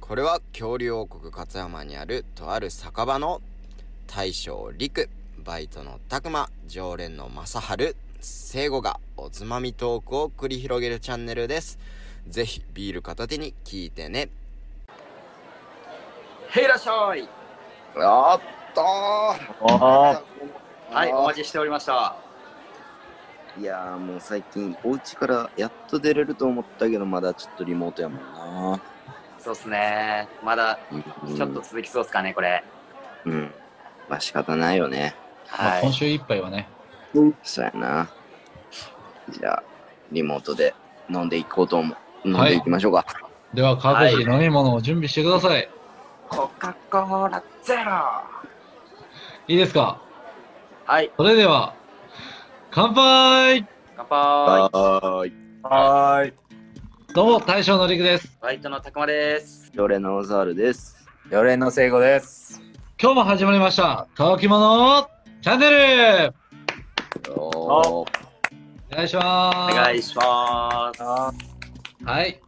これは恐竜王国勝山にあるとある酒場の大将陸、バイトの拓馬、常連の正春、聖子がおつまみトークを繰り広げるチャンネルです。ぜひビール片手に聞いてね。へいらっしゃいやったーあはいお待ちしておりました。いやーもう最近お家からやっと出れると思ったけどまだちょっとリモートやもんなそうっすね。まだ続きそうっすかね、これ。うん、うんまあ仕方ないよねまあ、今週いっぱいはね、そうやなじゃあリモートで飲んでいこうと思う飲んはいでいきましょうか、では各自飲み物を準備してください。い、コカ・コーラゼロいですかはい、それでは、乾杯乾は杯ーいはい。どうも、大将のりくです。バイトのたくまです。常連のオザールです常連の聖子です。今日も始まりました、乾き物チャンネルおーお願いします。お願いします。あはい。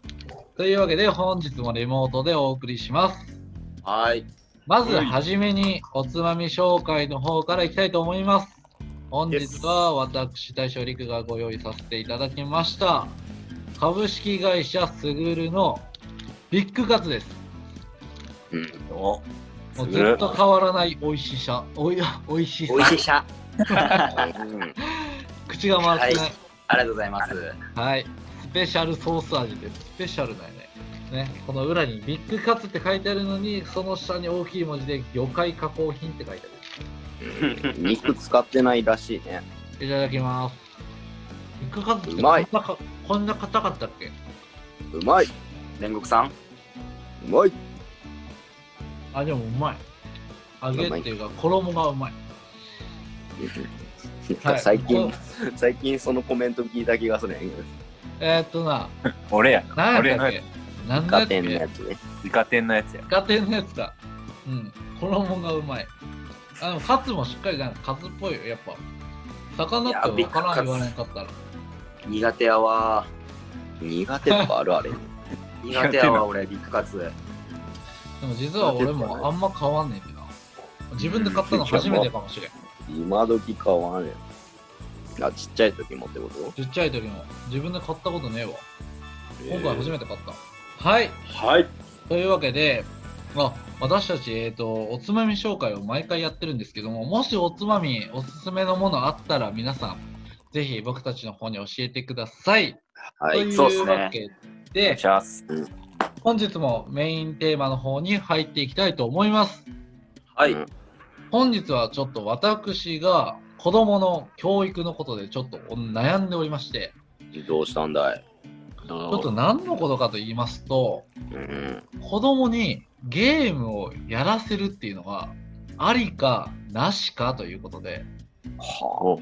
というわけで、本日もリモートでお送りします。はい。まずはじめに、おつまみ紹介の方からいきたいと思います。本日は私、大将りくがご用意させていただきました、株式会社すぐるのビッグカツです。うんおもうずっと変わらない美味しさ、おい、美味しさ美、味しい社。うん口が回ってない。ありがとうございます。はい、スペシャルソース味です。スペシャルだよね。ね、この裏にビッグカツって書いてあるのに、その下に大きい文字で魚介加工品って書いて肉使ってないらしいねある。いただきます。ビッグカツってうまいこんなかこんな硬かったっけうまい煉獄さん。うまいあ、でもうまい。揚げっていうか、衣がうまい。はい最こ近う最近そのコメント聞いた気がするねえー、っとな、俺や。何や俺ったっのけや何だガっけテンのやつね自家店のやつや。ガテンのやつだ。うん、衣がうまい。あの、カツもしっかりなんかカツっぽいよ、やっぱ。魚っていやビ分ッグかカらツん言われんかったら。苦手やわ。苦手とかあるあれ苦手やわ、俺、ビッグカツ。でも実は俺もあんま変わんねえんだな。自分で買ったの初めてかもしれん。今時買わんやんあちっちゃい時もってことちっちゃい時も自分で買ったことねえわ。今回初めて買った。はい。はい。というわけで、まあ、私たち、えっ、と、おつまみ紹介を毎回やってるんですけども、もしおつまみおすすめのものあったら皆さん、ぜひ僕たちの方に教えてください。はといそうっいすうねわけおで、願いします。本日もメインテーマの方に入っていきたいと思います。はい。うん本日はちょっと私が子供の教育のことでちょっと悩んでおりまして、どうしたんだいちちょょっと何のことかと言いますと、うん子供にゲームをやらせるっていうのがありかなしかということで、は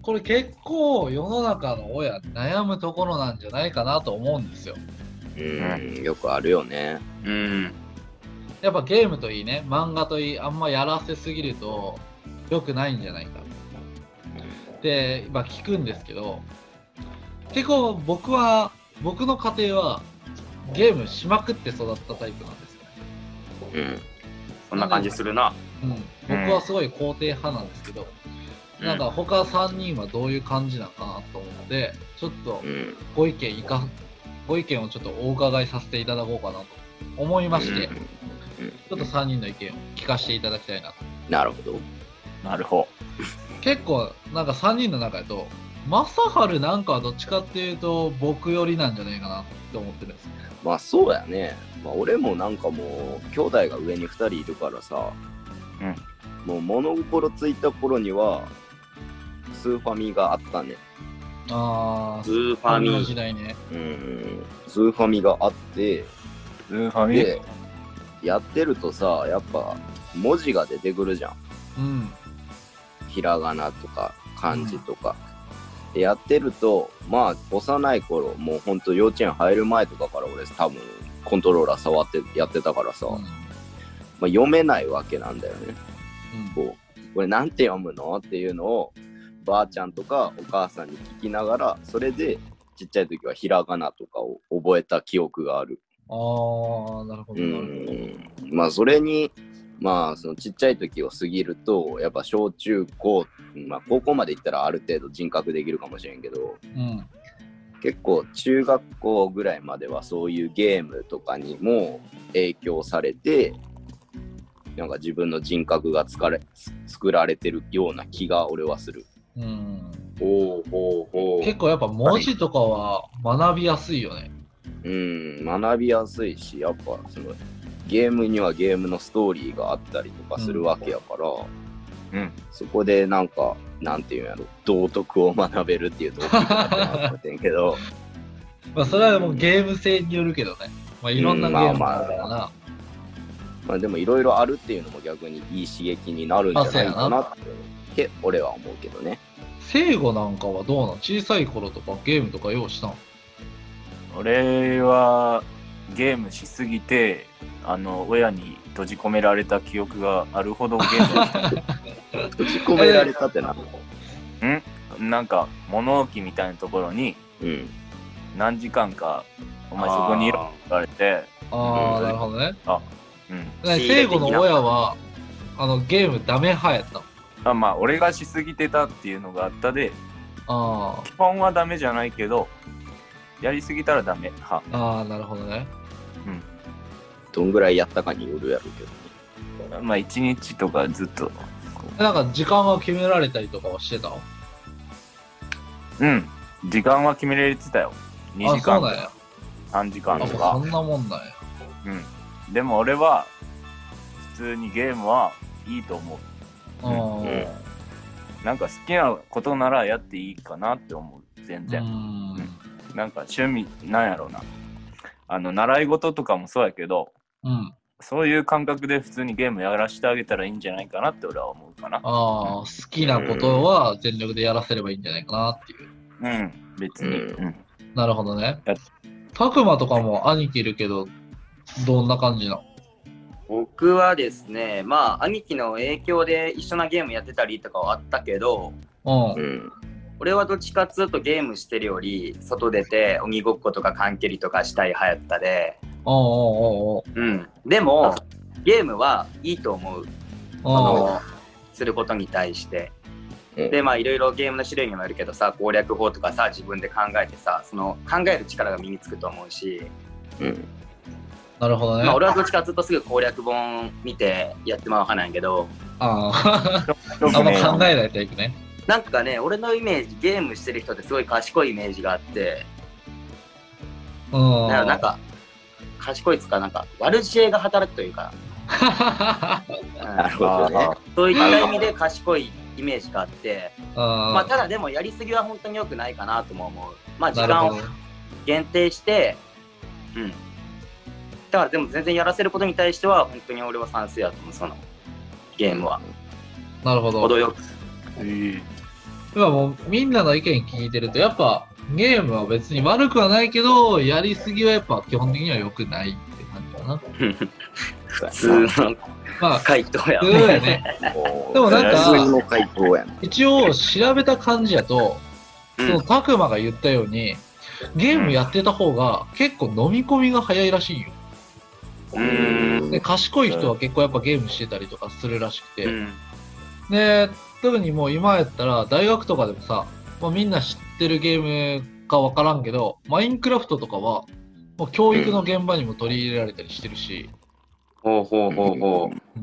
これ結構世の中の親悩むところなんじゃないかなと思うんですよ。あうんよくあるよねうん。やっぱゲームといいね、漫画といい、あんまやらせすぎると良くないんじゃないかって、まあ、聞くんですけど、結構僕は、僕の家庭はゲームしまくって育ったタイプなんですよね。うんそんな感じするな。うん、僕はすごい肯定派なんですけど、うんなんか他3人はどういう感じなのかなと思うので、ちょっとうんご意見いか、ご意見をちょっとお伺いさせていただこうかなと思いまして、うんちょっと3人の意見を聞かせていただきたいなと。なるほどなるほ結構なんか3人の中だと正春なんかはどっちかっていうと僕寄りなんじゃないかなって思ってるんですまあそうやねまあ俺もなんかもう兄弟が上に2人いるからさうんもう物心ついた頃にはスーファミがあったねああスーファミの時代ねうんスーファミがあってう。ズーファミリでー。やってるとさやっぱ文字が出てくるじゃんうんひらがなとか漢字とか、でやってるとまあ幼い頃もうほんと幼稚園入る前とかから俺多分コントローラー触ってやってたからさ、うんまあ、読めないわけなんだよねうんこうこれなんて読むのっていうのをばあちゃんとかお母さんに聞きながらそれでちっちゃい時はひらがなとかを覚えた記憶があるああ、なるほど、うなるほど。ん、まあそれにまあそのちっちゃい時を過ぎるとやっぱ小中高、まあ、高校まで行ったらある程度人格できるかもしれんけどうん。結構中学校ぐらいまではそういうゲームとかにも影響されてなんか自分の人格がつかれつ作られてるような気が俺はする。うん、ほうほうほ結構やっぱ文字とかは学びやすいよね。うん、学びやすいしやっぱそのゲームにはゲームのストーリーがあったりとかするわけやから、うんそこでなんかなんていうんやろ道徳を学べるっていうと大きいかなってなってんけどまあそれはもうゲーム性によるけどね。まあいろんなゲームだからな。まあでもいろいろあるっていうのも逆にいい刺激になるんじゃないかなって俺は思うけどね。聖護なんかはどうなの小さい頃とかゲームとか用意したの俺はゲームしすぎてあの親に閉じ込められた記憶があるほどゲームをした閉じ込められたってな。なんか物置みたいなところにうん、何時間かお前そこにいろって言われて、ああ、うんなるほどね。うん、ね仕入聖れ的護なの親はあのゲームダメ派やったの。あまあ俺がしすぎてたっていうのがあったであ基本はダメじゃないけどやりすぎたらダメはあ、ああ、なるほどね。どんぐらいやったかによるやろうけどね。まあ一日とかずっとなんか時間は決められたりとかはしてたのうん時間は決められてたよ2時あ、間そうなんや。 3時あ、間もうとそかんなもんなんや。でも俺は普通にゲームはいいと思ううんん。うなんか好きなことならやっていいかなって思う全う然、ん。なんか趣味なんやろうなあの習い事とかもそうやけどうん。そういう感覚で普通にゲームやらしてあげたらいいんじゃないかなって俺は思うかなああ、好きなことは全力でやらせればいいんじゃないかなっていう。うん別に、ううんなるほどねや。たくまとかも兄貴いるけど、どんな感じなの僕はですね、まあ、兄貴の影響で一緒なゲームやってたりとかはあったけど、うん。うん、俺はどっちかっつうとゲームしてるより、外出て鬼ごっことか缶蹴りとかしたい派やったで、おうおううん。でも、ゲームはいいと思う。おうあおう。の、することに対して。うんで、まあ、いろいろゲームの種類にもよるけどさ、攻略法とかさ、自分で考えてさ、その考える力が身につくと思うし、うん、なるほどね。まあ、あ俺はどっちかっつうとすぐ攻略本見てやってまう派なんやけど、 あー、よあくんねま考えないタイプね。なんかね、俺のイメージ、ゲームしてる人ってすごい賢いイメージがあって、うん。だから なんか、賢いっつうか、なんか、悪知恵が働くというか、うんなるほどね。そういった意味で賢いイメージがあって、ままあ、ただでもやりすぎは本当に良くないかなとも思う。まあ、時なる間ほをど。限定して、うん。だからでも全然やらせることに対しては、本当に俺は賛成やと思う、その、ゲームは。なるほど。程よく。今もうみんなの意見聞いてるとやっぱゲームは別に悪くはないけどやりすぎはやっぱ基本的には良くないって感じかな普通の まあ回答や。すごい ねでもなんか普通の回答やな。一応調べた感じやとうそんのたくまが言ったようにゲームやってた方が結構飲み込みが早いらしいんよう。うんで賢い人は結構やっぱゲームしてたりとかするらしくうてん。で特にもう今やったら大学とかでもさもうみんな知ってるゲームかわからんけどマインクラフトとかはもう教育の現場にも取り入れられたりしてるし、ほうほうほうほう。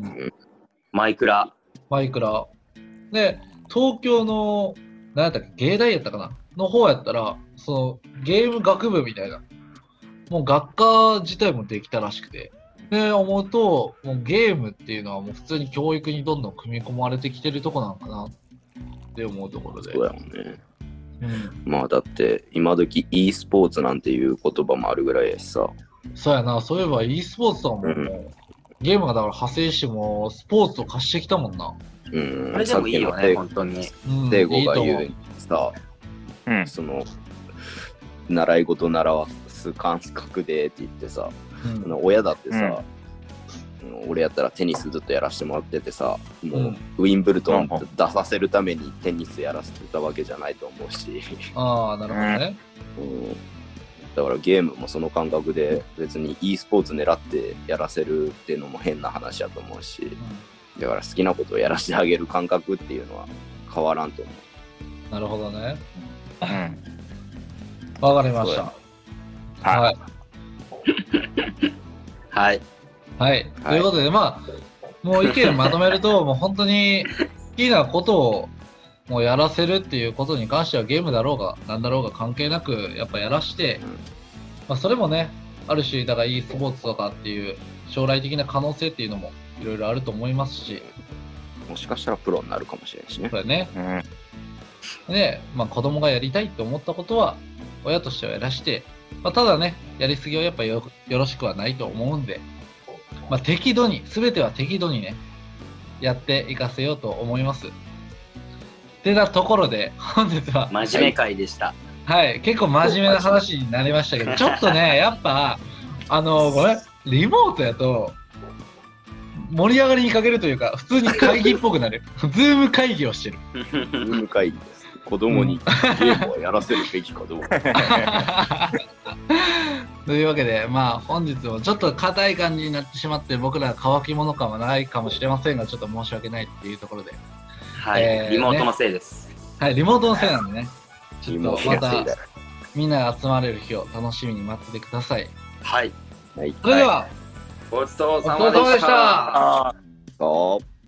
マイクラ。マイクラ。で、東京の、何やったっけ、芸大やったかなの方やったら、その、ゲーム学部みたいな、もう学科自体もできたらしくて。で、思うと、もうゲームっていうのはもう普通に教育にどんどん組み込まれてきてるとこなのかなって思うところで。そうやもんね。うん。まあだって今時 e スポーツなんていう言葉もあるぐらいやしさ。そうやな、そういえば e スポーツとはもう、うんゲームがだから派生しても、スポーツと化してきたもんな。うん、あれでもいいよさっきね、の本当に。うん、帝帝い吾いとが思言ううさ、うんその習い事習わす感覚でって言ってさ、うんあの親だってさ、俺やったらテニスずっとやらせてもらっててさ、もううんウィンブルトンうんう出させるためにテニスやらせてたわけじゃないと思うし、ああ、なるほどね。うんだからゲームもその感覚で別に e スポーツ狙ってやらせるっていうのも変な話だと思うしだから好きなことをやらせてあげる感覚っていうのは変わらんと思ううんなるほどね。うん。わかりました。はいはい。はい。はい。ということで、まあ、もう意見まとめると、もう本当に好きなことをもうやらせるっていうことに関してはゲームだろうが何だろうが関係なくやっぱやらして、うんまあ、それもね、ある種、だから e スポーツとかっていう将来的な可能性っていうのもいろいろあると思いますし、もしかしたらプロになるかもしれないしねこれね、うん。ね、まあ、子供がやりたいって思ったことは親としてはやらして、まあ、ただねやりすぎはやっぱよよろしくはないと思うんで、まあ、適度に全ては適度にねやっていかせようと思いますてなところで本日は真面目会でした。はい結構真面目な話になりましたけどちょっとねやっぱあのごめんリモートやと盛り上がりにかけるというか普通に会議っぽくなるズーム会議をしてるズーム会議です子供にゲームをやらせるべきかどうかというわけで、まあ、本日もちょっと硬い感じになってしまって、僕ら乾き物感はないかもしれませんが、ちょっと申し訳ないっていうところで、はい、えーリモートのせいです。はい、リモートのせいなんでね、ちょっ妹とやまらせただよみんなが集まれる日を楽しみに待っててください。はい。はいそれでは、ごちそうおさ疲れまで様でししたた。ああ。そう